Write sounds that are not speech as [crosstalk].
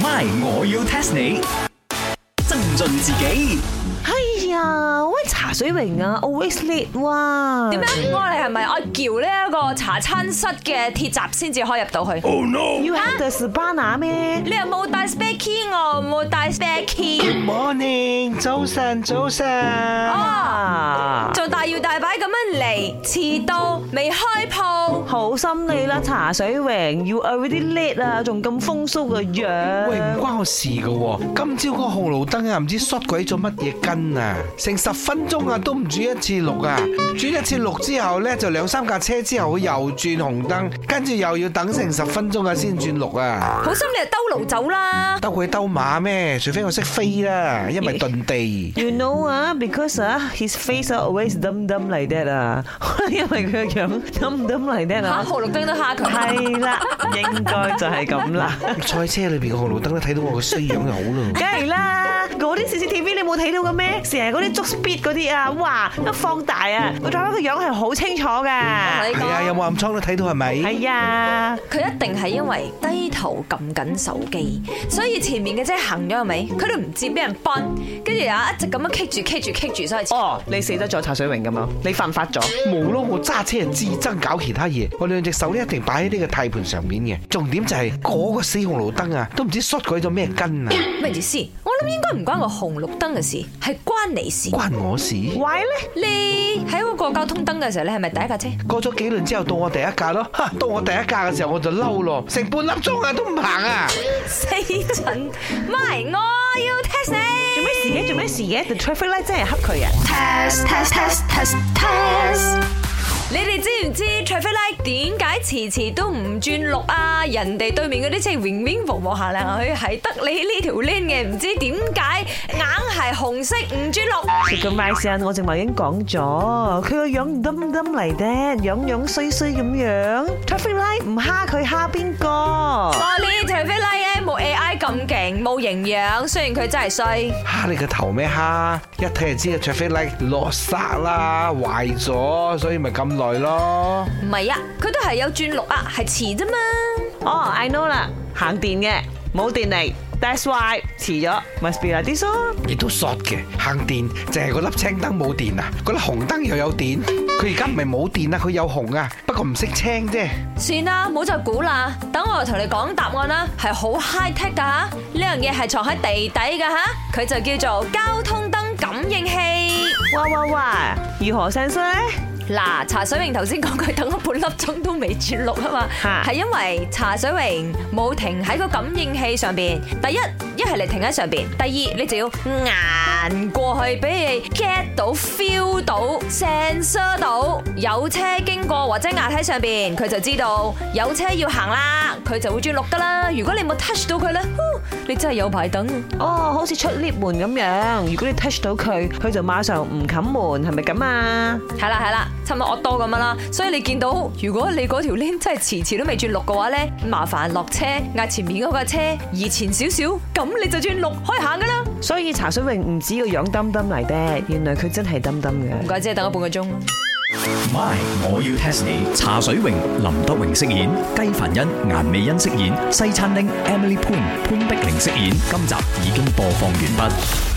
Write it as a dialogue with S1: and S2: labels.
S1: My，我要 test 你。增進自己
S2: 哎呀，喂茶水榮啊，always late 哇！
S3: 點樣？我哋係咪我撬呢一個茶餐室嘅鐵閘先至可以入到去？
S1: ，Oh no！
S2: 要 have the spanner 咩？
S3: 你又冇帶 spare key，我冇帶 spare key。
S4: Morning，早晨，早晨。嗯
S3: 哦，
S2: 啊，
S3: 做大搖大擺咁樣嚟，遲到未開鋪。
S2: 好心你啦，茶水榮，you already late 啊，仲咁風騷嘅
S4: 喂，唔
S2: 樣。
S4: 關我事噶喎，今朝個紅路燈啊，唔知摔鬼咗乜嘢根啊，成十分鐘啊都唔轉一次綠啊，轉一次綠之後呢，就兩三架車之後又轉紅燈，跟住又要等成十分鐘啊先轉綠啊，
S3: 好心你就兜路走啦。
S4: 兜佢兜馬咩？除非我識飛啦，因為
S3: [laughs]
S4: 遁地。
S2: You know 啊，because 啊，his face are always dumb dumb like that 啊， [laughs] 因為佢個樣 dumb dumb like that
S3: 嚇，
S2: 啊。
S3: 紅綠燈都嚇佢。
S2: 係啦，應該就係咁啦。
S4: 賽車裏邊個紅路燈都睇到我嘅衰樣就好啦。
S2: 梗係啦，嗰啲 CCTV 你冇睇到嘅咩？成日嗰啲捉 à, speed à. 嗰啲啊，哇，一放大啊，個driver 個樣係好清楚
S3: 同
S2: 㗎。
S3: 你
S4: 係啊，
S3: 講
S4: 有冇暗瘡都睇到係咪？
S2: 係啊，
S3: 佢一定係因為低頭撳緊手機，所以前面嘅姐行咗係咪？佢都唔知俾人崩，跟住啊一直咁樣棘住棘住棘住，所以
S2: 哦，你死得咗茶水榮咁樣，你犯法咗。
S4: 冇咯，我揸車係至憎搞其他嘢，我兩隻手咧一定擺喺呢個軚盤上面嘅。重點就係嗰個死紅綠燈啊，都唔知摔鬼咗咩根啊，
S3: 咩意思？我諗應該唔關個紅綠燈嘅事，係關你事。
S4: 關我事。
S2: 喂咧，
S3: 你喺嗰個交通燈嘅時候，你係咪第一架車？
S4: 過咗幾輪之後，到我第一架咯，嚇，到我第一架嘅時候我就嬲咯，成半粒鐘啊都唔行啊！
S3: [laughs] 死蠢！咪我要 test 你
S2: 做咩事嘅？做咩事嘅？The traffic light 真係恰佢啊！
S5: test test test test test。
S3: 你哋知唔知 traffic light 點解遲遲都唔轉綠啊？人哋對面嗰啲車永永服服行嚟行去，哎係得你呢條 lane 嘅，唔知點解硬係紅色唔轉綠。
S2: 食個麥先，我正話已經講咗，佢個樣冧冧嚟嘅，樣樣衰衰咁樣。traffic light 唔蝦佢蝦邊個？
S3: Sorry traffic light 咧冇 AI 咁勁，冇營養，雖然佢真係衰。
S4: 蝦你個頭咩蝦？一睇就知個 traffic light 落沙啦，壞咗，所以咪咁耐咯。
S3: 唔係啊，佢都係有轉綠啊，係遲啫嘛。
S2: 哦，I Ờ, know 啦，行電嘅，冇電嚟，that's why 遲咗，must be like this 咯。
S4: 亦都索嘅，行電淨係嗰粒青燈冇電啊，嗰粒紅燈又有電。佢而家唔係冇電啊，佢有紅啊，不過唔識青啫。
S3: 算啦，唔好再估啦。等我同你講答案啦，係好 high tech 噶吓，呢樣嘢係藏喺地底噶吓，佢就叫做交通燈感應器。
S2: 哇哇哇！如何 sense 咧？
S3: 嗱，茶水榮頭先講佢等咗半粒鐘都未轉綠啊嘛，
S2: 嚇
S3: 係因為茶水榮冇停喺個感應器上邊。第一，一係你停喺上邊；第二，你就要硬過去，俾你 get 到、feel 到、sense 到有車經過或者壓喺上邊，佢就知道有車要行啦，佢就會轉綠噶啦。如果你冇 touch 到佢咧，呼你真係有排等。
S2: 哦，好似出 lift 門咁樣，如果你 touch 到佢，佢就馬上唔冚門，係咪咁啊？
S3: 係啦係啦，差唔多惡多咁樣啦。所以你見到，如果你嗰條 lane 真係遲遲都未轉綠嘅話咧，麻煩落車壓前面嗰架車移前少少，咁你就轉綠可以行噶啦。
S2: 所以茶水榮唔止個樣冧冧嚟嘅，原來佢真係冧冧
S3: 唔
S2: 嘅。
S3: 怪之係等咗半個鐘。
S1: ，My，我要 test 你。茶水榮、林德榮飾演，雞凡欣、顏美欣飾演，西餐廳 Emily Poon 潘碧玲飾演。今集已經播放完畢。